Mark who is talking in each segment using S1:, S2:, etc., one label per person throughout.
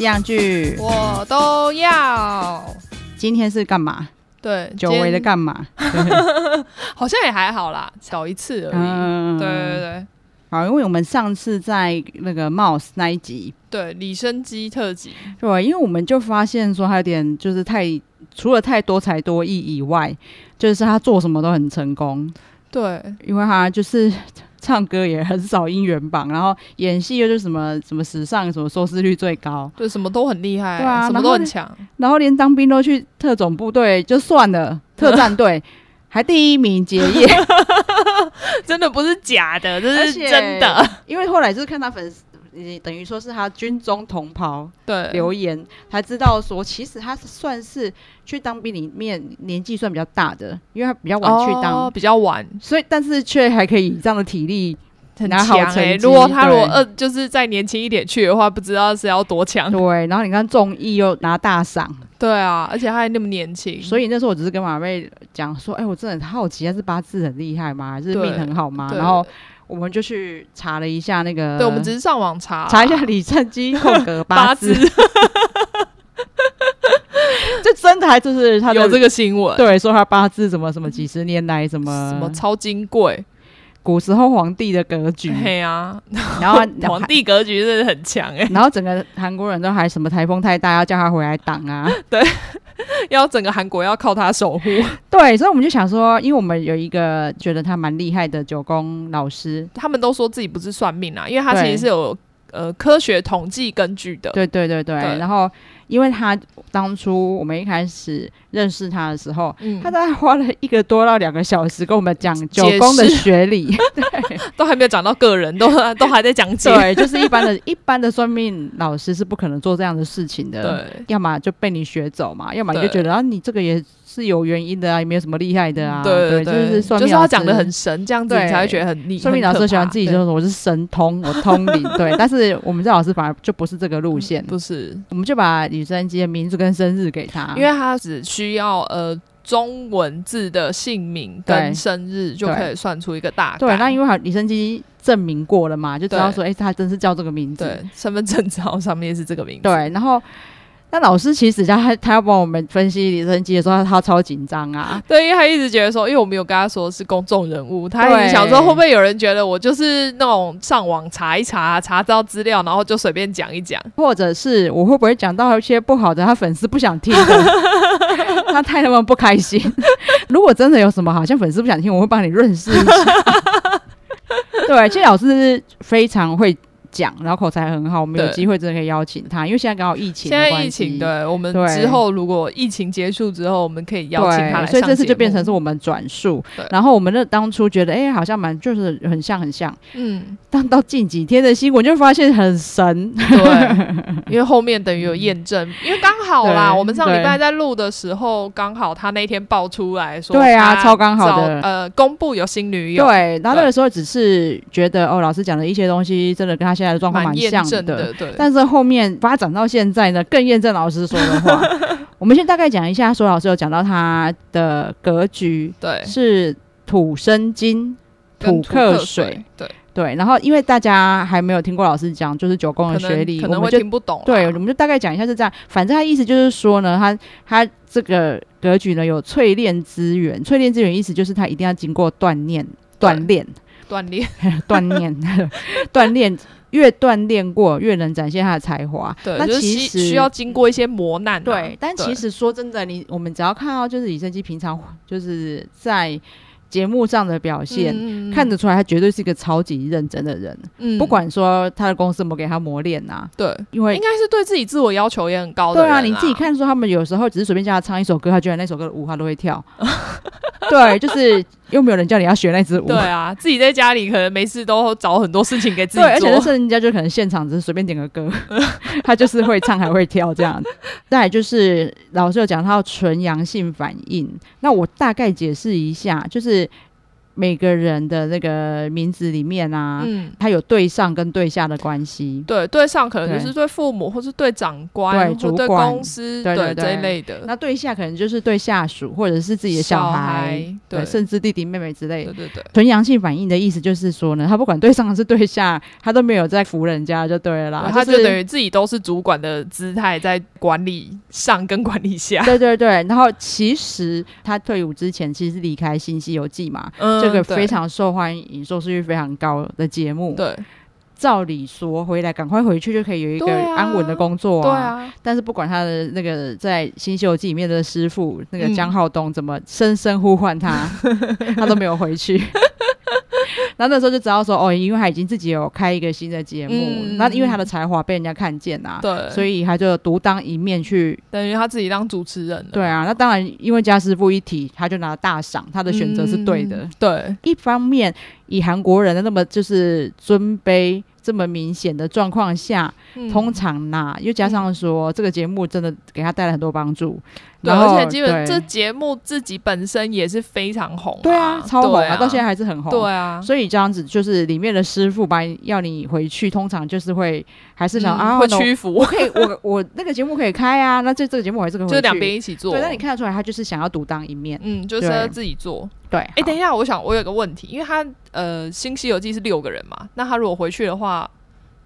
S1: 样剧。
S2: 我都要。
S1: 今天是干嘛？
S2: 对，
S1: 久违的
S2: 今天
S1: 干嘛？
S2: 好像也还好啦，搞一次而已。
S1: 嗯，
S2: 对对对
S1: 好，因为我们上次在那个 Mouse 那一集，
S2: 对，李生基特辑，
S1: 对，因为我们就发现说他有点就是太除了太多才多艺以外，就是他做什么都很成功，
S2: 对
S1: 因为他就是。唱歌也很少音源榜，然后演戏又是什么什么史上什么收视率最高，
S2: 对，什么都很厉害，
S1: 对啊
S2: 什么
S1: 然后
S2: 都很
S1: 呢
S2: 强。
S1: 然后连当兵都去特种部队就算了，特战队 还第一名结业，
S2: 真的不是假的，这
S1: 而
S2: 是
S1: 且
S2: 真的。
S1: 因为后来就是看他粉丝，呃等于说是他军中同袍
S2: 对，
S1: 留言，才知道说其实他算是去当兵里面年纪算比较大的，因为他比较晚去当，
S2: 哦比较晚，
S1: 所以但是却还可以以这样的体力，
S2: 很
S1: 拿
S2: 强
S1: 好成
S2: 欸
S1: 绩
S2: 如果他如果
S1: 对
S2: 呃，就是再年轻一点去的话，不知道是要多强。
S1: 对，然后你看综艺又拿大赏，
S2: 对啊，而且他还那么年轻，
S1: 所以那时候我只是跟马妹讲说，哎、我真的很好奇，他是八字很厉害吗？还是
S2: 对
S1: 命很好吗？
S2: 对
S1: 然后我们就去查了一下那个，
S2: 对，我们只是上网查
S1: 查一下李正基空格
S2: 八
S1: 八字，这真的还就是他的
S2: 有这个新闻，
S1: 对，说他八字怎么什么几十年来什么
S2: 什么超金贵，
S1: 古时候皇帝的格局，
S2: 嘿啊，
S1: 然后
S2: 皇帝格局真的很强 哎，
S1: 然后整个韩国人都还什么台风太大要叫他回来挡 啊，
S2: 要整个韩国要靠他守护。
S1: 对，所以我们就想说，因为我们有一个觉得他蛮厉害的九宫老师，
S2: 他们都说自己不是算命啊，因为他其
S1: 对
S2: 实是有呃科学统计根据的。
S1: 对对对对，
S2: 呃对
S1: 然后因为他当初我们一开始认识他的时候。
S2: 嗯
S1: 他，大概花了一个多到两个小时跟我们讲九
S2: 解
S1: 宫的
S2: 释
S1: 学理，
S2: 都还没有讲到个人，都 都还在讲解。
S1: 对，就是一般的、一般的算命老师是不可能做这样的事情的。
S2: 对
S1: 要么就被你学走嘛，要么你就
S2: 对
S1: 觉得啊，你这个也是有原因的啊，也没有什么厉害的啊。
S2: 嗯对
S1: 就
S2: 对，
S1: 是算
S2: 就
S1: 命
S2: 是
S1: 老
S2: 他
S1: 师
S2: 讲的很。神，这样子
S1: 对
S2: 你才会觉得很厉害。
S1: 算命老师
S2: 很可怕
S1: 喜欢自己就
S2: 对
S1: 说我是神通，我通 灵，对。但是我们这老师反而就不是这个路线，
S2: 嗯不是，
S1: 我们就把女生机的名字跟生日给他，
S2: 因为他只需要呃中文字的姓名
S1: 对
S2: 跟生日就可以算出一个大概。
S1: 对，那因为好女生机证明过了嘛，就知道
S2: 对
S1: 说，哎，他真是叫这个名字，
S2: 对身份证照上面是这个名字。
S1: 对，然后。那老师其实他他要帮我们分析李生基的时候，他他超紧张啊，
S2: 对，因为他一直觉得说，因为我们有跟他说是公众人物，他
S1: 对
S2: 一直想说会不会有人觉得我就是那种上网查一查，查到资料，然后就随便讲一讲。
S1: 或者是我会不会讲到一些不好的，他粉丝不想 听的，那太他妈不开心。如果真的有什么好像粉丝不想听，我会帮你润饰 一下。对，其实老师是非常会讲，然后口才很好，我们有
S2: 对
S1: 机会真的可以邀请他，因为现在刚好疫情
S2: 现
S1: 的
S2: 在
S1: 关系，
S2: 疫情，对我们
S1: 对
S2: 之后如果疫情结束之后，我们可以邀请他来上
S1: 对，所以这次
S2: 节
S1: 就
S2: 目
S1: 变成是我们转述
S2: 对，
S1: 然后我们那当初觉得哎、好像蛮就是很像很像，
S2: 嗯，
S1: 但到近几天的新闻就发现很神，
S2: 对， 因为后面等于有验证，因为刚好啦，
S1: 对
S2: 我们上
S1: 对
S2: 礼拜在录的时候，刚好他那天爆出来说，
S1: 对啊
S2: 他
S1: 超刚好的
S2: 找呃，公布有新女友，
S1: 对，然后那
S2: 对
S1: 个时候只是觉得哦，老师讲的一些东西真的跟他现在的状况
S2: 蛮验
S1: 像
S2: 证的，对，
S1: 但是后面发展到现在呢，更验证老师说的 话。我们先大概讲一下，说老师有讲到他的格局
S2: 对，
S1: 是土生金。
S2: 跟
S1: 克
S2: 克水，对，
S1: 对，然后因为大家还没有听过老师讲，就是九宫
S2: 可
S1: 的学
S2: 能
S1: 理，
S2: 可
S1: 我
S2: 能
S1: 们
S2: 会
S1: 就
S2: 听不懂啦，
S1: 对，我们就大概讲一下是这样。反正他意思就是说呢，他他这个格局呢有淬炼资源，淬炼资源意思就是他一定要经过锻炼，锻
S2: 对
S1: 炼，
S2: 锻炼，
S1: 锻炼， 锻炼，越锻炼过越能展现他的才华。
S2: 对，
S1: 那
S2: 就是
S1: 其
S2: 需
S1: 实
S2: 需要经过一些磨难啊、
S1: 对，但其实说真的，你我们只要看到就是李生基平常就是在节目上的表现。
S2: 嗯
S1: 看得出来，他绝对是一个超级认真的人。
S2: 嗯
S1: 不管说他的公司有没有给他磨练呐、啊，
S2: 对，
S1: 因为
S2: 应该是对自己自我要求也很高的
S1: 对
S2: 人
S1: 啊，
S2: 啦
S1: 你自己，看说他们有时候只是随便叫他唱一首歌，他居然那首歌的舞他都 会跳。对，就是又没有人叫你要学那支舞。
S2: 对啊，自己在家里可能没事都找很多事情给自己
S1: 对，而且
S2: 做
S1: 那，是人家就可能现场只是随便点个 歌，他就是会唱还会跳这样。再来就是老师有讲到纯阳性反应，那我大概解释一下，就是每个人的那个名字里面啊，
S2: 嗯，
S1: 它有对上跟对下的关系。
S2: 对，对上可能就
S1: 对
S2: 是对父母，或是对长官，
S1: 对
S2: 或
S1: 主
S2: 对
S1: 管
S2: 公司，
S1: 对对
S2: 这一
S1: 对
S2: 类的。
S1: 那对下可能就是对下属或者是自己的小
S2: 孩，对，
S1: 甚至弟弟妹妹之类的
S2: 对。对对。
S1: 纯阳性反应的意思就是说呢，他不管对上还是对下，他都没有在服人家就对了啦
S2: 对，他
S1: 啊就
S2: 哦就是等于自己都是主管的姿态，在管理上跟管理下。
S1: 对对对，然后其实他退伍之前其实离开《新西游记》嘛，
S2: 嗯
S1: 这个
S2: 对
S1: 非常受欢迎、收视率非常高的节目。
S2: 对
S1: 照理说回来赶快回去就可以有一个
S2: 对啊
S1: 安稳的工作
S2: 对啊，
S1: 但是不管他的那个在《新西游记》里面的师傅那个
S2: 嗯
S1: 江浩东怎么深深呼唤他， 他都没有回去。 然后那时候就知道说，哦，因为他已经自己有开一个新的节目，
S2: 嗯
S1: 那因为他的才华被人家看见啊，
S2: 对，
S1: 所
S2: 以
S1: 以他就独当一面去
S2: 等于他自己当主持人了。
S1: 对啊，那当然，因为家师傅一提，他就拿大赏，他的选择是对的。
S2: 嗯对，
S1: 一方面，以韩国人的那么就是尊卑这么明显的状况下，
S2: 嗯
S1: 通常啦，又加上说、这个节目真的给他带来很多帮助，
S2: 对，
S1: 然后
S2: 而且基本
S1: 对
S2: 这节目自己本身也是非常红、
S1: 对啊，超红
S2: 对啊，
S1: 到现在还是很红。
S2: 对啊，
S1: 所以这样子就是里面的师傅把你要你回去，通常就是会还是想、
S2: 嗯
S1: 啊，
S2: 会
S1: 那我
S2: 屈服
S1: 我，可以，我 我那个节目可以开啊，那这这个节目我还是可以回
S2: 就
S1: 去。
S2: 是两边一起做。
S1: 对，那你看得出来他就是想要独当一面。
S2: 嗯，就是
S1: 对
S2: 要自己做。
S1: 对，
S2: 哎、等一下，我想我有个问题，因为他呃，《新西游记》是六个人嘛，那他如果回去的话，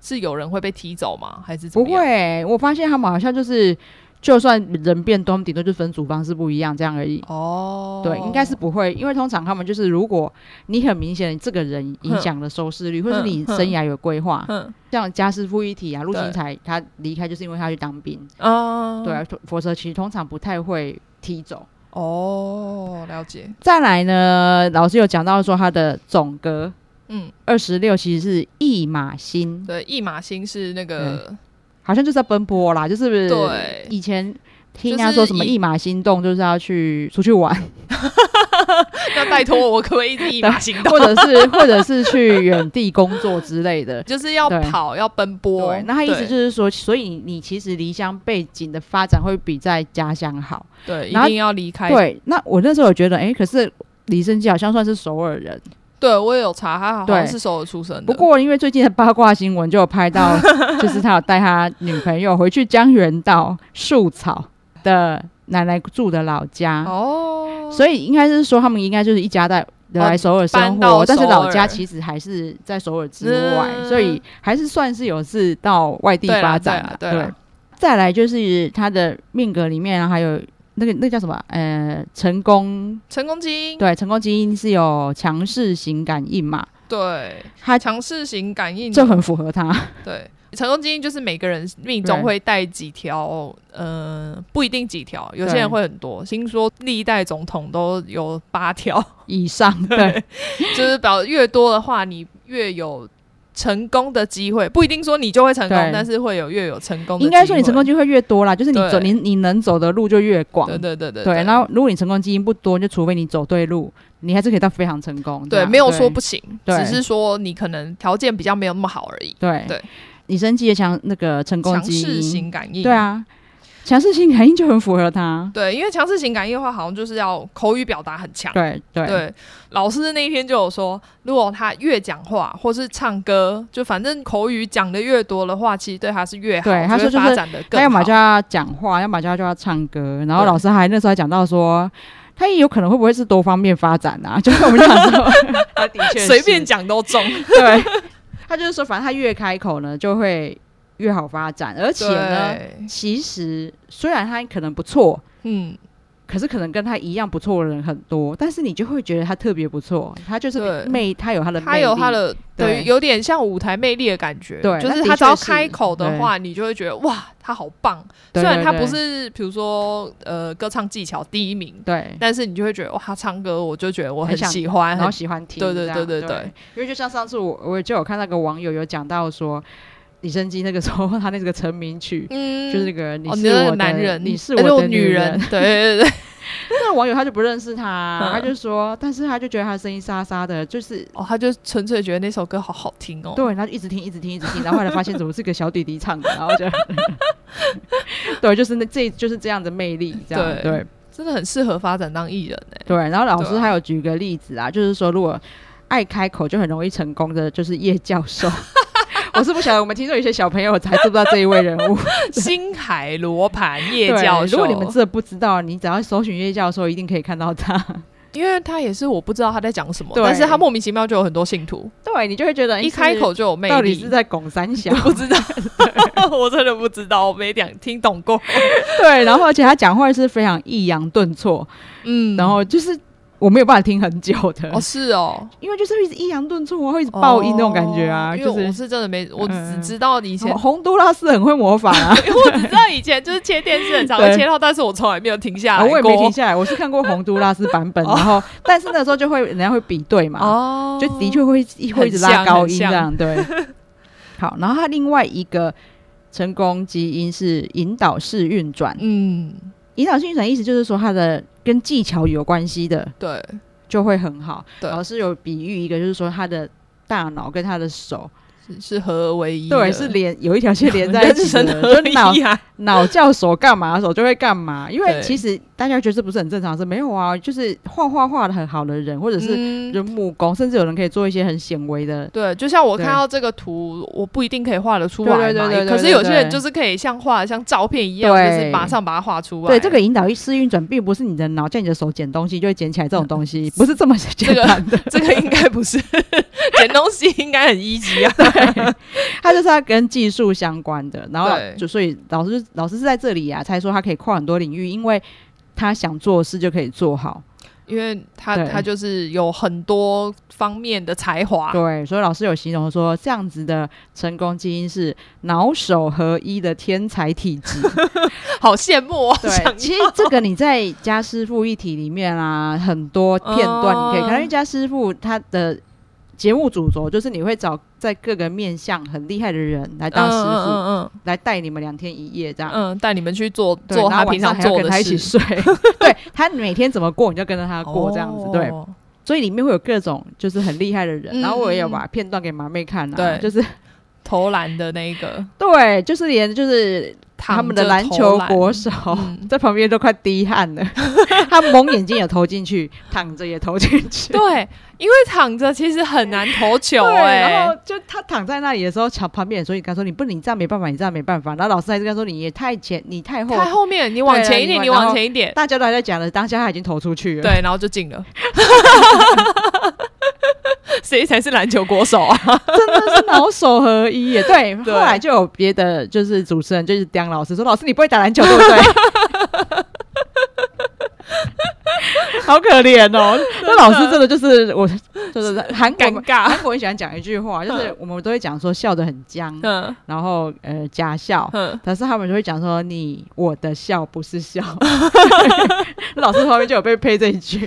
S2: 是有人会被踢走吗？还是怎
S1: 不
S2: 么样？
S1: 会，我发现他们好像就是，就算人变多，他们顶多就分组方式不一样这样而已。
S2: 哦，
S1: 对，应该是不会，因为通常他们就是，如果你很明显这个人影响了收视率，或是
S2: 哼
S1: 你生涯有规划，
S2: 嗯
S1: 像家师傅一体啊，陆
S2: 对
S1: 星才他离开就是因为他去当兵，
S2: 啊，
S1: 对啊，佛蛇其实通常不太会踢走。
S2: 哦，了解，
S1: 再来呢，老师有讲到说他的总格
S2: 嗯，
S1: 二十六其实是一马星，
S2: 对，一马星是那个，
S1: 好像就是要奔波啦，就是
S2: 对
S1: 以前听
S2: 就
S1: 人家
S2: 是
S1: 说什么
S2: 以
S1: 一马心动，就是要去出 去玩，
S2: 那拜托我可不可以一直一马星
S1: 或
S2: 到？。
S1: 者是或者是去远地工作之类的
S2: 就是要
S1: 对
S2: 跑，要奔波。
S1: 对，那他意思
S2: 对
S1: 就是说，所以你你其实离乡背景的发展会比在家乡好。
S2: 对，一
S1: 然后
S2: 定要离开。
S1: 对，那我那时候有觉得，哎、可是李生基好像算是首尔人，
S2: 对，我也有查，他好像
S1: 对
S2: 是首尔出生的。
S1: 不过因为最近的八卦新闻就有拍到，就是他有带他女朋友回去江原道树草的奶奶住的老家。
S2: 哦，
S1: 所以应该是说他们应该就是一家在来首尔生
S2: 搬
S1: 活，
S2: 到
S1: 但是
S2: 首
S1: 老家
S2: 尔
S1: 其实还是在首尔之外，
S2: 嗯
S1: 所以还是算是有是到外地
S2: 对啦
S1: 发展
S2: 对啦
S1: 啦
S2: 对啦
S1: 再来就是他的命格里面啊还有那个那个叫什么呃成功，
S2: 成功基因，
S1: 对成功基因是有强势型感应嘛，
S2: 对，
S1: 他
S2: 强势型感应
S1: 就很符合他，
S2: 对。成功基因就是每个人命中会带几条，呃，不一定几条，有些人会很多。听说历代总统都有八条，
S1: 以上对
S2: 就是表越多的话，你越有成功的机会，不一定说你就会成功，
S1: 对
S2: 但是会有越有成功的机会。
S1: 应该说你成功机会越多啦，就是你走
S2: 对
S1: 你你能走的路就越广。
S2: 对对对对
S1: 对，然后如果你成功基因不多，就除非你走对路，你还是可以到非常成功。这
S2: 对
S1: 样
S2: 没有说不行，
S1: 对
S2: 只是说你可能条件比较没有那么好而已。
S1: 对
S2: 对，
S1: 你生气的强那个成功
S2: 强
S1: 基
S2: 势
S1: 因，
S2: 型感应，
S1: 对啊，强势型肯定就很符合他。
S2: 对，因为强势型感应的话，好像就是要口语表达很强。
S1: 对对
S2: 对，老师那一天就有说，如果他越讲话或是唱歌，就反正口语讲的越多的话，其实对他是越好，
S1: 对他
S2: 就会
S1: 说就是
S2: 发展的更
S1: 他要么
S2: 好
S1: 就。要讲话，要么就要就要唱歌。然后
S2: 对
S1: 老师还那时候还讲到说，他也有可能会不会是多方面发展啊？ 就是我们讲 说，他的确
S2: 随便讲都中，
S1: 对，他就是说，反正他越开口呢，就会越好发展，而且呢。
S2: 对，
S1: 其实虽然他可能不错，
S2: 嗯，
S1: 可是可能跟他一样不错的人很多，但是你就会觉得他特别不错，他就
S2: 对
S1: 是魅，他有他的魅力，
S2: 他有他的对，
S1: 对
S2: 有点像舞台魅力的感觉，
S1: 对
S2: 就
S1: 那
S2: 是
S1: 的
S2: 他
S1: 确
S2: 只要
S1: 是
S2: 开口的
S1: 对
S2: 话，你就会觉得哇，他好棒。
S1: 对
S2: 虽然
S1: 对
S2: 他
S1: 对
S2: 不是比如说呃歌唱技巧第一名，
S1: 对，
S2: 但是你就会觉得哇，他唱歌我就觉得我
S1: 很
S2: 很
S1: 想
S2: 喜欢，
S1: 然后
S2: 很
S1: 喜欢听
S2: 对
S1: 这
S2: 对
S1: 样，
S2: 对对对
S1: 因为就像上次我我就有看那个网友有讲到说，李生基那个时候他那个成名曲。
S2: 嗯
S1: 就是那个你
S2: 哦，
S1: 是我
S2: 那
S1: 的、
S2: 个男人，
S1: 你是
S2: 哎那
S1: 我的
S2: 种女
S1: 人。，
S2: 对对对对，
S1: 那个网友他就不认识
S2: 嗯
S1: 他，他就说，但是他就觉得他声音沙沙的，就是
S2: 哦，他就纯粹觉得那首歌好好听哦。
S1: 对，然后就一直听，一直听，一直听，然后后来发现怎么是个小弟弟 唱的，然后就，对，就是那这就是这样的魅力，这样
S2: 对
S1: 对。
S2: 真的很适合发展当艺人哎、
S1: 对，然后老师
S2: 对啊
S1: 还有举一个例子啊，就是说如果爱开口就很容易成功的，就是叶教授。 我是不晓得，我们听众有些小朋友才知不知道这一位人物。
S2: 星海罗盘 叶
S1: 对
S2: 教授，
S1: 如果你们真的不知道，你只要搜寻叶教授，一定可以看到他。
S2: 因为他也是我不知道他在讲什么，
S1: 对
S2: 但是他莫名其妙就有很多信徒，
S1: 对你就会觉得
S2: 一开口就有哎魅
S1: 到底
S2: 力，
S1: 是。在拱三小
S2: 不知道， 我真的不知道，我没讲听懂过。
S1: 对，然后而且他讲话是非常抑扬顿挫，
S2: 嗯
S1: 然后就是我没有办法听很久的，
S2: 哦是哦，
S1: 因为就是一直抑扬顿挫，啊会一直爆音那种感觉啊，
S2: 哦因
S1: 就
S2: 为我
S1: 是
S2: 是真的没，我只
S1: 嗯
S2: 知道以前
S1: 哦洪都拉斯很会模 仿啊，
S2: 因为 我只知道以前就是切电视很常会
S1: 对
S2: 切到，但是我从来没有停下
S1: 啊
S2: 来过。
S1: 我也没停下来，我是看过洪都拉斯版 本，然后但是那时候就会人家会比对嘛，
S2: 哦
S1: 就的确会会一直拉
S2: 很像
S1: 高音这
S2: 很像
S1: 样，对。 好，然后他另外一个成功基因是引导式运转，
S2: 嗯，
S1: 引导性运转意思就是说它的跟技巧有关系的
S2: 对
S1: 就会很好。
S2: 对
S1: 老师有比喻一个，就是说他的大脑跟他的手，
S2: 是是合而为一的，
S1: 对，是连 有一条线连在一
S2: 人
S1: 起
S2: 生
S1: 的，
S2: 合
S1: 就脑
S2: 一啊，
S1: 脑叫手干嘛，手就会干嘛。因为
S2: 对
S1: 其实大家觉得这不是很正常，是没有啊，就是画画画的很好的人，或者是
S2: 嗯
S1: 就木工，甚至有人可以做一些很显微的。
S2: 对，就像我
S1: 对
S2: 看到这个图，我不一定可以画得出来嘛。
S1: 对对对对对
S2: 可是有些
S1: 对
S2: 人就是可以像画像照片一样，就
S1: 对
S2: 是马上把它画出来。
S1: 对，这个引导式运转并不是你的脑叫你的手捡东西就会捡起来这 种东西，不是这么简
S2: 个
S1: 单的。
S2: 这个应该不是 捡东西，应该很一级啊。
S1: 它就是要跟技术相关的，然后
S2: 对
S1: 就所以老师老师是在这里啊，才说他可以跨很多领域，因为他想做的事就可以做好。
S2: 因为他
S1: 对
S2: 他就是有很多方面的才华。
S1: 对，所以老师有形容说，这样子的成功基因是脑手合一的天才体 质。
S2: 好羡慕哦！
S1: 对，其实这个你在家师傅一体里面啊，很多片段你可以看，
S2: 哦
S1: 因为家师傅他的。节目主轴就是你会找在各个面向很厉害的人来当师傅，
S2: 嗯嗯
S1: 来带你们两天一夜这样
S2: 嗯。嗯，带你们去做
S1: 对
S2: 做
S1: 然后
S2: 他
S1: 晚
S2: 平
S1: 上
S2: 常
S1: 还要
S2: 做
S1: 跟
S2: 的
S1: 他一起
S2: 事，
S1: 睡， 对他每天怎么过你就跟着他过这样子，对，
S2: 哦
S1: 所以里面会有各种就是很厉害的人，
S2: 嗯
S1: 然后我也有把片段给马妹看啊，
S2: 对
S1: 就是
S2: 投篮的那一个，
S1: 对，就是连就是他们的篮球国手
S2: 躺着投篮嗯
S1: 在旁边都快滴汗了， 他蒙眼睛也投进去，躺着也投进去，
S2: 对，因为躺着其实很难投球
S1: 对，然
S2: 哎、
S1: 后就他躺在那里的时候，墙旁边所以跟他说你不能你这样没办法，你这样没办法，然后老师还是跟他说你也太前，你太后。
S2: 太后面，你往前一点，
S1: 对
S2: 你
S1: 然后
S2: 往前一点，
S1: 大家都还在讲了，当下他已经投出去了。
S2: 对，然后就进了。 谁才是篮球国手 啊？
S1: 真的是脑手合一 耶。对，
S2: 对
S1: 后来就有别的就是主持人就是刁老师说：“老师你不会打篮球对不对？” 好可怜哦，那老师真的就是我，就是韩国
S2: 尴尬。
S1: 韩国人喜欢讲一句话，就是
S2: 嗯
S1: 我们都会讲说笑得很僵，
S2: 嗯
S1: 然后呃假笑。
S2: 嗯，
S1: 可是他们就会讲说你我的笑不是 笑， 老师旁边就有被配这一句，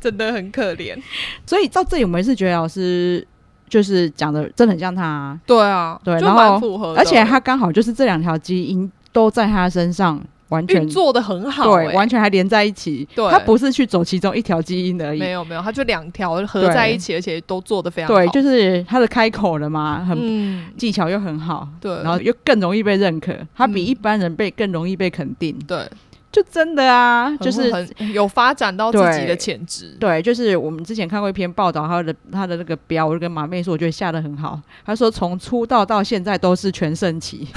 S2: 真的很可怜。
S1: 所以到这里我们是觉得老师就是讲的真的很像他啊、
S2: 对啊，
S1: 对
S2: 就
S1: 然后
S2: 蛮符合的，
S1: 而且他刚好就是这两条基因都在他身上完全
S2: 运作的很好、
S1: 对，
S2: 哎
S1: 完全还连在一起。
S2: 对
S1: 他不是去走其中一条基因而已。
S2: 没有没有，他就两条合在一起，而且都做的非常好。
S1: 对，就是他的开口了嘛，很、
S2: 嗯，
S1: 技巧又很好，
S2: 对
S1: 然后又更容易被认可。他比
S2: 嗯
S1: 一般人被更容易被肯定，
S2: 对，
S1: 就真的啊，就
S2: 很
S1: 是。
S2: 很有发展到自己
S1: 对
S2: 的潜质。
S1: 对，就是我们之前看过一篇报道，他的他的那个标，我就跟马妹说，我觉得下的很好。他说从出道到现在都是全 盛期，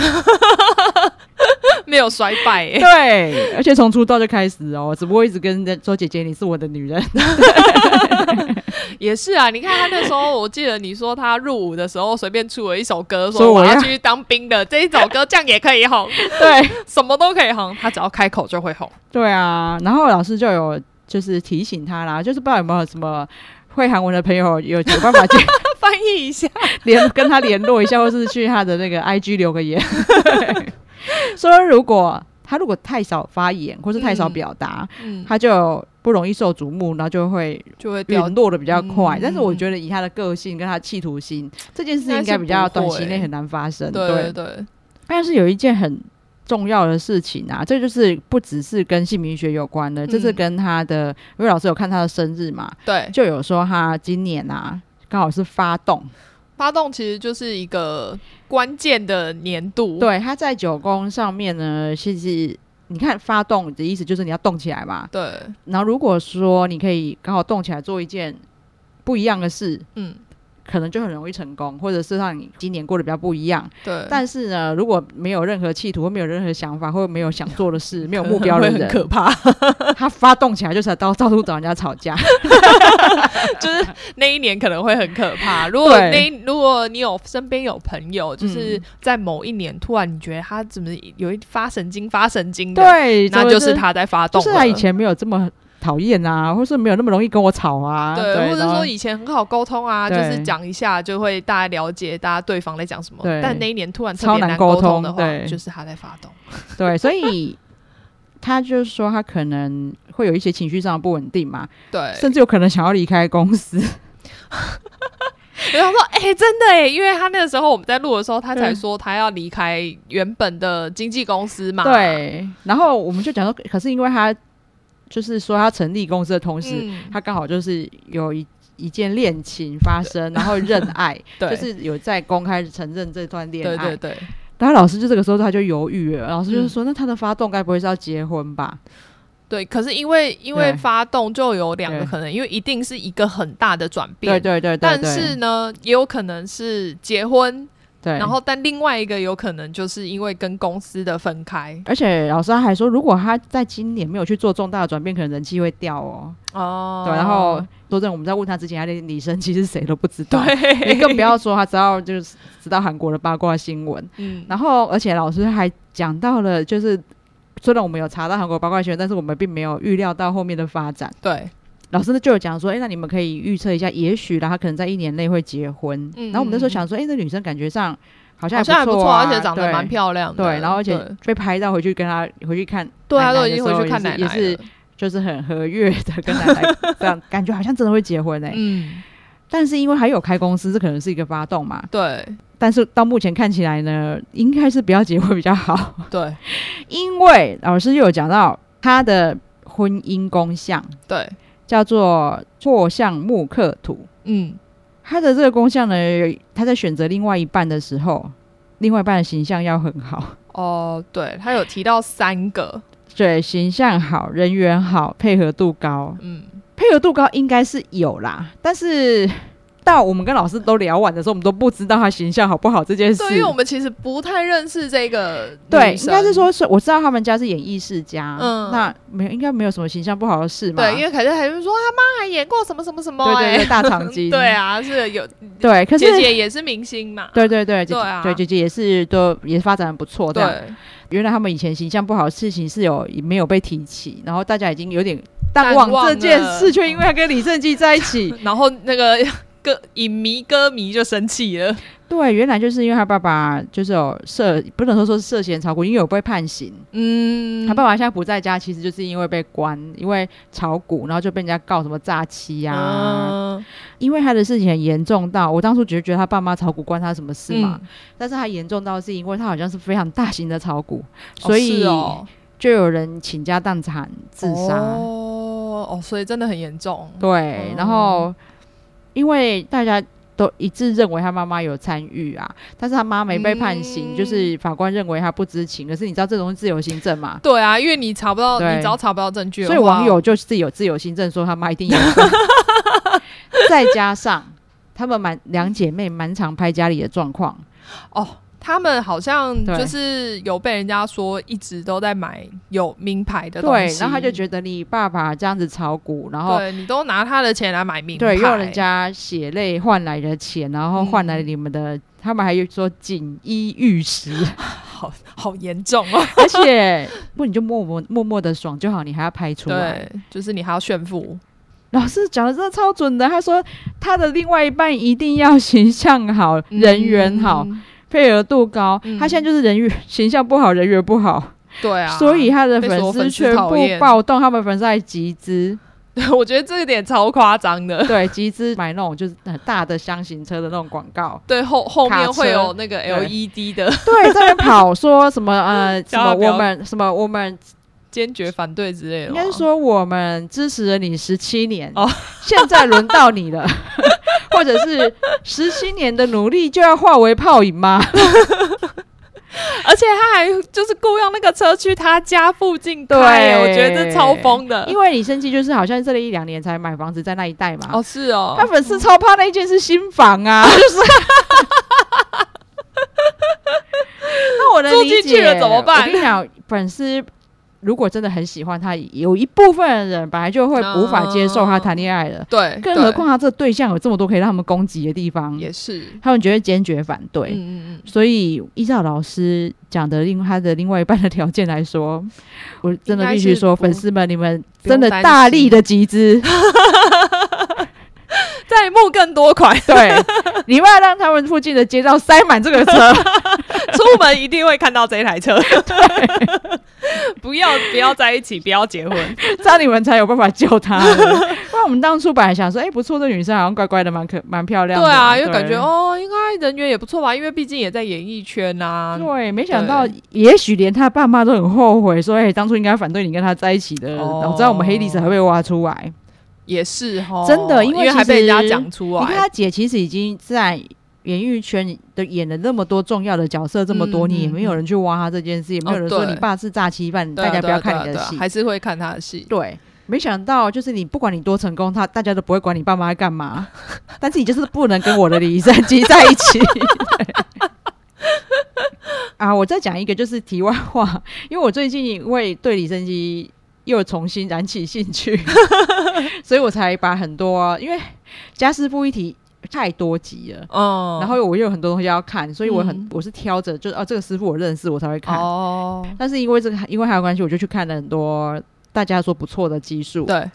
S2: 没有衰败、欸，
S1: 对，而且从出道就开始哦，只不过一直跟人家说姐姐你是我的女人，
S2: 也是啊。你看他那时候，我记得你说他入伍的时候随便出了一首歌，
S1: 说
S2: 说
S1: 我
S2: 我
S1: 要
S2: 要去当兵的，这一首歌这样也可以红，
S1: 对，
S2: 什么都可以红，他只要开口就会红。
S1: 对啊，然后老师就有就是提醒他啦，就是不知道有没有什么会韩文的朋友有有办法 去
S2: 他翻译一下，
S1: 联跟他联络一下，或是去他的那个 IG 留个 言，说如果他如果太少发言或是太少表达，
S2: 嗯，
S1: 他就不容易受瞩目，然后就会
S2: 就会掉
S1: 陨。落的比较快。
S2: 嗯
S1: 但是我觉得以他的个性跟他企图心，这件事应该比较短期内很难发生。
S2: 对对对，
S1: 但是有一件很重要的事情啊，这就是不只是跟姓名学有关的，这是
S2: 嗯
S1: 跟他的，因为老师有看他的生日嘛，
S2: 对，
S1: 就有说他今年啊刚好是发动，
S2: 发动其实就是一个关键的年度。
S1: 对，他在九宫上面呢，其实你看发动的意思就是你要动起来嘛。
S2: 对，
S1: 然后如果说你可以刚好动起来做一件不一样的事，
S2: 嗯，
S1: 可能就很容易成功，或者是让你今年过得比较不一样。
S2: 对，
S1: 但是呢，如果没有任何企图，或没有任何想法，或没有想做的事，没有目标的
S2: 会 很
S1: 人，
S2: 可怕。
S1: 他发动起来就是到到处找人家吵架。
S2: 就是那一年可能会很可怕。如果
S1: 对嗯
S2: 那一如果你有身边有朋友，就是在某一年突然你觉得他怎么有一发神经发神经的，
S1: 对，
S2: 那
S1: 怎么
S2: 就是，他在发动
S1: 就
S2: 了。
S1: 是他以前没有这么讨厌啊，或是没有那么容易跟我吵啊，
S2: 对，或者
S1: 然后
S2: 说以前很好沟通啊，就
S1: 对
S2: 是讲一下就会大家了解大家对方在讲什么
S1: 对。
S2: 但那一年突然特
S1: 超
S2: 别
S1: 难
S2: 难
S1: 沟
S2: 沟通
S1: 通
S2: 的话，
S1: 对
S2: 就是他在发 动。
S1: 对，所以他就是说他可能会有一些情绪上的不稳定嘛，
S2: 对，
S1: 甚至有可能想要离开公 司。
S2: 然后说：“哎、真的哎，因为他那个时候我们在录的时候，他才说他要离开原本的经纪公司嘛。，
S1: 对，然后我们就讲说，可是因为他就是说他成立公司的同时，
S2: 嗯，
S1: 他刚好就是有一。一件恋情发生，然后认爱，
S2: 对，
S1: 就是有在公开承认这段恋爱。
S2: 对对对，
S1: 然后老师就这个时候他就犹豫了，老师
S2: 嗯
S1: 就是说，那他的发动该不会是要结婚吧？
S2: 对，可是因为因为
S1: 对
S2: 发动就有两个
S1: 对
S2: 可能，因为一定是一个很大的转变，
S1: 对对对对
S2: 但
S1: 对
S2: 是呢，也有可能是结婚，
S1: 对，
S2: 然后但另外一个有可能就是因为跟公司的分开
S1: 而且老师他还说，如果他在今年没有去做重大的转变，可能人气会掉哦。
S2: 哦
S1: 对，然后说真的，我们在问他之前，他连李生基是谁都不知道，
S2: 对，
S1: 你更不要说他知道就是知道韩国的八卦新闻。
S2: 嗯，
S1: 然后，而且老师还讲到了，就是虽然我们有查到韩国八卦新闻，但是我们并没有预料到后面的发展。
S2: 对
S1: 老师呢就有讲说，哎、那你们可以预测一下，也许啦，他可能在一年内会结婚。
S2: 嗯
S1: 然后我们那时候
S2: 嗯嗯
S1: 想说，哎、那女生感觉上好像
S2: 好像还不
S1: 错、
S2: 错，
S1: 啊，
S2: 而且长得
S1: 对
S2: 蛮漂亮的，
S1: 对，然后而且
S2: 对
S1: 被拍到回去跟他回去看，
S2: 对啊，
S1: 奶奶
S2: 都
S1: 的
S2: 已经回
S1: 时候
S2: 去看
S1: 也
S2: 奶
S1: 是
S2: 奶了，
S1: 也是就是很和悦的跟奶奶这样，感觉好像真的会结婚 哎、
S2: 嗯，
S1: 但是因为还有开公司，这可能是一个发动嘛。
S2: 对
S1: 但是到目前看起来呢，应该是不要结婚比 较好，
S2: 对
S1: 因为老师又有讲到他的婚姻宫相
S2: 对，
S1: 叫做坐向木克土，
S2: 嗯，
S1: 他的这个宫相呢，他在选择另外一半的时候，另外一半的形象要很好。
S2: 哦，对他有提到三个，
S1: 对，形象好，人缘好，配合度高，
S2: 嗯，
S1: 配合度高应该是有啦，但是到我们跟老师都聊完的时候，我们都不知道他形象好不好这件事。
S2: 对，因为我们其实不太认识这个女
S1: 对应
S2: 生
S1: 该是说是我知道他们家是演艺世家，
S2: 嗯
S1: 那没有应该没有什么形象不好的事嘛。
S2: 对，因为凯特还是说他妈还演过什么什么什么、
S1: 对对
S2: 欸，
S1: 对，大长今，
S2: 对啊，是有
S1: 对，可是
S2: 姐姐也是明星嘛，
S1: 对对对，姐姐
S2: 对啊
S1: 对姐姐也是都也发展得不错，这样
S2: 对，啊
S1: 原来他们以前形象不好的事情是有没有被提起，然后大家已经有点
S2: 淡
S1: 淡
S2: 忘
S1: 忘这件
S2: 了
S1: 事，却因为他跟李正基在一 起，
S2: 然后那个歌影迷歌迷就生气了，
S1: 对，原来就是因为他爸爸就是有涉，不能说说是涉嫌炒股，因为有被判刑。
S2: 嗯
S1: 他爸爸现在不在家，其实就是因为被关，因为炒股，然后就被人家告什么诈欺呀、
S2: 嗯
S1: 因为他的事情很严重到，我当初只是觉得他爸妈炒股关他什么事嘛，
S2: 嗯
S1: 但是他严重到是因为他好像是非常大型的炒股，
S2: 哦
S1: 所以
S2: 是哦
S1: 就有人倾家荡产自杀。
S2: 哦哦，所以真的很严重，哦
S1: 对，然后因为大家都一致认为他妈妈有参与啊，但是他妈没被判刑，
S2: 嗯
S1: 就是法官认为他不知情。可是你知道这种是自由行政嘛？
S2: 对啊，因为你查不到，
S1: 对
S2: 你只要查不到证据的话，
S1: 所以网友就自有自由行政说他妈一定有 份，再加上他们蛮两姐妹蛮常拍家里的状况，
S2: 他们好像
S1: 对
S2: 就是有被人家说一直都在买有名牌的东
S1: 对
S2: 西，，
S1: 然后他就觉得你爸爸这样子炒股，然后
S2: 对你都拿他的钱来买名牌，
S1: 哦
S2: 嗯
S1: 对用人家血泪换来的钱，然后换来你们的，他们还说锦衣玉食。
S2: 好好严重哦。
S1: 而且不，你就默默默默的爽就好，你还要拍出来。
S2: 对，就是你还要炫富，
S1: 老师讲的真的超准的，他说他的另外一半一定要形象好、人缘好、
S2: 嗯
S1: 配合度高。
S2: 嗯
S1: 他现在就是人缘形象不好，人缘不好，
S2: 对啊，
S1: 所以他的
S2: 被所有
S1: 丝
S2: 粉丝
S1: 全
S2: 讨
S1: 部
S2: 厌
S1: 暴动，他们粉丝还 集资，
S2: 我觉得这一点超夸张的。，
S1: 对，集资买那种就是很大的箱型车的那种广告
S2: 对，后后
S1: 卡
S2: 面
S1: 车
S2: 会有那个
S1: 对
S2: LED 的
S1: 对，在那边跑说什么呃什
S2: 叫他
S1: 么
S2: 不要
S1: 我们什么我们
S2: 坚决反对之类的哦吗，
S1: 应该是说我们支持了你十七年，
S2: 哦
S1: 现在轮到你了， 或者 是十七年的努力就要化为泡影吗？
S2: 而且他还就是雇佣那个车去他家附近开，
S1: 对
S2: 我觉得这超疯的。
S1: 因为李生基就是好像这里一两年才买房子在那一带嘛。
S2: 哦，是哦，
S1: 他粉丝超怕那一件是新房啊，就是。 那我能
S2: 住
S1: 理
S2: 进去
S1: 解
S2: 了怎么办
S1: 我跟你讲，粉丝如果真的很喜欢他，有一部分人本来就会无法接受他谈恋爱了，
S2: 对，
S1: 更
S2: 对
S1: 何况他这对象有这么多可以让他们攻击的地方，
S2: 也是，
S1: 他们觉得坚决反对。
S2: 嗯嗯嗯，
S1: 所以，依照老师讲的另他的另外一半的条件来说， 我真的必须说，
S2: 应该是不
S1: 粉丝们，你们
S2: 不用
S1: 真的
S2: 担
S1: 大
S2: 心
S1: 力的集资，
S2: 再募更多款，
S1: 对， 你们要让他们附近的街道塞满这个车，
S2: 出门一定会看到这台 车。 不要不要在一起，不要结婚。
S1: 这样你们才有办法救她。不然我们当初本来想说，哎、不错，这女生好像乖乖的，蛮可蛮漂亮 的，
S2: 对啊，因为感觉，哦，应该人缘也不错吧，因为毕竟也在演艺圈呐、啊。
S1: 对，没想到，也许连她爸妈都很后悔，说，哎、当初应该反对你跟她在一起的，
S2: 哦
S1: 早知道我们黑历史还会挖出来。
S2: 也是哈，
S1: 真的因
S2: 因
S1: 为
S2: 还
S1: 其实
S2: 被人家讲出
S1: 你看
S2: 来，
S1: 她姐其实已经在。演艺圈的演了那么多重要的角色，这么多
S2: 嗯
S1: 年、也
S2: 嗯
S1: 没有人去挖她这件事，也没有
S2: 哦
S1: 人说
S2: 对
S1: 你爸是诈欺犯，
S2: 对啊
S1: 大家不要
S2: 对啊
S1: 看你
S2: 对
S1: 的
S2: 啊对
S1: 戏
S2: 啊。还是会看他的戏。
S1: 对，没想到就是你不管你多成功，他大家都不会管你爸妈在干嘛，但是你就是不能跟我的李生基在一起。啊，我再讲一个就是题外话，因为我最近因为对李生基又重新燃起兴趣，所以我才把很多因为家师傅一题太多集了。
S2: 嗯，
S1: 然后我又有很多东西要看，所以我很、
S2: 嗯
S1: 我是挑着，就是哦、这个师傅我认识，我才会看。
S2: 哦，
S1: 但是因为这个，因为还有关系，我就去看了很多大家说不错的技术，
S2: 对，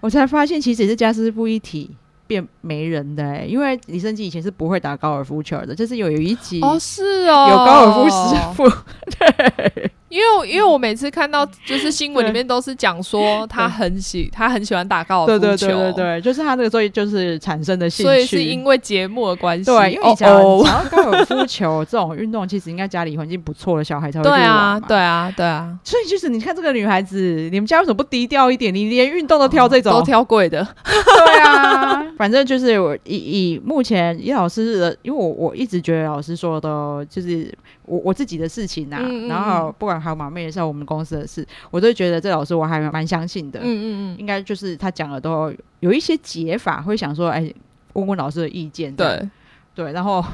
S1: 我才发现其实也是家师傅一体变没人的、欸，因为李胜基以前是不会打高尔夫球的，就是有有一集
S2: 哦
S1: 有
S2: 是哦，
S1: 高尔夫师傅，
S2: 因为我因为我每次看到就是新闻里面都是讲说他
S1: 对
S2: 很喜他很喜欢打哦高尔
S1: 对
S2: 夫球，
S1: 对对对对，就是他那个时候就是产生的兴趣，
S2: 所以是因为节目的关系，
S1: 对，因为
S2: 哦
S1: 你讲
S2: 哦
S1: 讲到高尔夫球这种运动，其实应该家里环境不错的小孩才会去
S2: 对
S1: 玩
S2: 啊
S1: 嘛。
S2: 对啊对啊，
S1: 所以就是你看这个女孩子，你们家为什么不低调一点？你连运动都挑这种，
S2: 都挑贵的，
S1: 对啊，反正就是我以以目前叶老师的，因为我我一直觉得老师说的哦，就是我我自己的事情啊，
S2: 嗯嗯
S1: 然后不管还有马妹也是我们公司的事，我都觉得这老师我还蛮相信的，
S2: 嗯嗯嗯，
S1: 应该就是他讲的都有一些解法，会想说，哎，问问老师的意见，
S2: 对，
S1: 对，然后。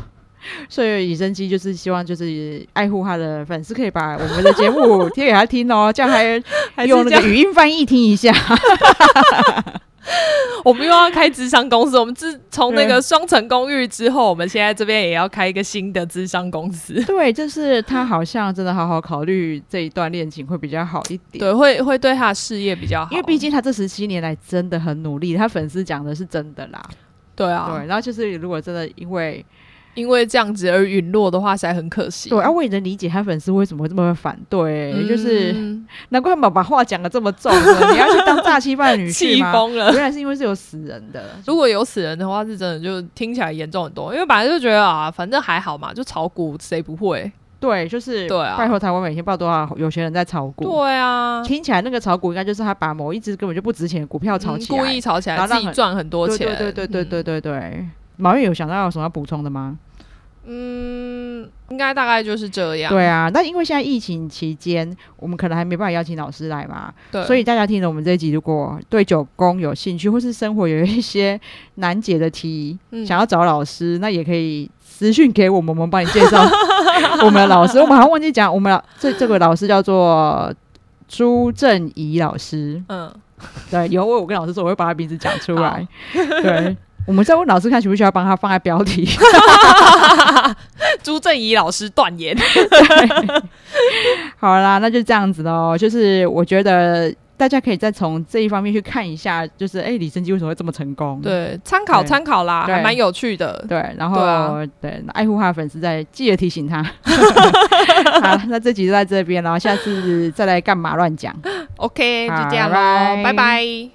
S1: 所以李生基就是希望，就是爱护他的粉丝可以把我们的节目贴给他听哦，这样还
S2: 还是
S1: 用
S2: 这
S1: 那
S2: 样
S1: 个，语音翻译听一下。
S2: 我们又要开智商公司，我们自从那个双层公寓之后，我们现在这边也要开一个新的智商公司。
S1: 对，就是他好像真的好好考虑这一段恋情会比较好一点。
S2: 对，会会对他的事业比较好，
S1: 因为毕竟他这十七年来真的很努力，他粉丝讲的是真的啦。
S2: 对啊
S1: 对，，然后就是如果真的因为
S2: 因为这样子而陨落的话，实在很可惜。
S1: 对，啊，我也能理解他粉丝为什么会这么反对、
S2: 嗯，
S1: 就是难怪他们把话讲的这么重呢，你要去当诈欺犯的女
S2: 气
S1: 婿吗？
S2: 疯了。
S1: 原来是因为是有死人的，
S2: 如果有死人的话，是真的就听起来严重很多，因为本来就觉得啊，反正还好嘛，就炒股谁不会？
S1: 对，就是
S2: 对啊
S1: 拜托台湾每天报多少有钱人在炒股，
S2: 对啊，
S1: 听起来那个炒股应该就是他把某一只根本就不值钱的股票炒
S2: 嗯
S1: 起来，
S2: 故意炒起
S1: 然
S2: 来，
S1: 后让
S2: 自己
S1: 很
S2: 赚很多钱。
S1: 对对对对对
S2: 嗯，
S1: 对对。毛月有想到有什么要补充的吗？
S2: 嗯，应该大概就是这样。
S1: 对啊，那因为现在疫情期间，我们可能还没办法邀请老师来嘛，
S2: 对，
S1: 所以大家听了我们这一集，如果对九宫有兴趣，或是生活有一些难解的题，
S2: 嗯
S1: 想要找老师，那也可以私讯给我们，我们帮你介 绍我们的老师。我们好像忘记讲，我们老这这个老师叫做朱正怡老师。
S2: 嗯，
S1: 对，有我有跟老师说，我会把他名字讲出来。对，我们再问老师看需不需要帮他放在标题。
S2: 朱正怡老师断言，
S1: 好啦，那就这样子喽。就是我觉得大家可以再从这一方面去看一下，就是哎、李生基为什么会这么成功？
S2: 对，参考
S1: 对
S2: 参考啦，
S1: 对
S2: 还蛮有趣的。
S1: 对，然后
S2: 对啊
S1: 对爱护他的粉丝在记得提醒他。好，那这集就在这边，然后下次再来干嘛乱讲。
S2: OK，就这样
S1: 好拜
S2: 喽，拜拜。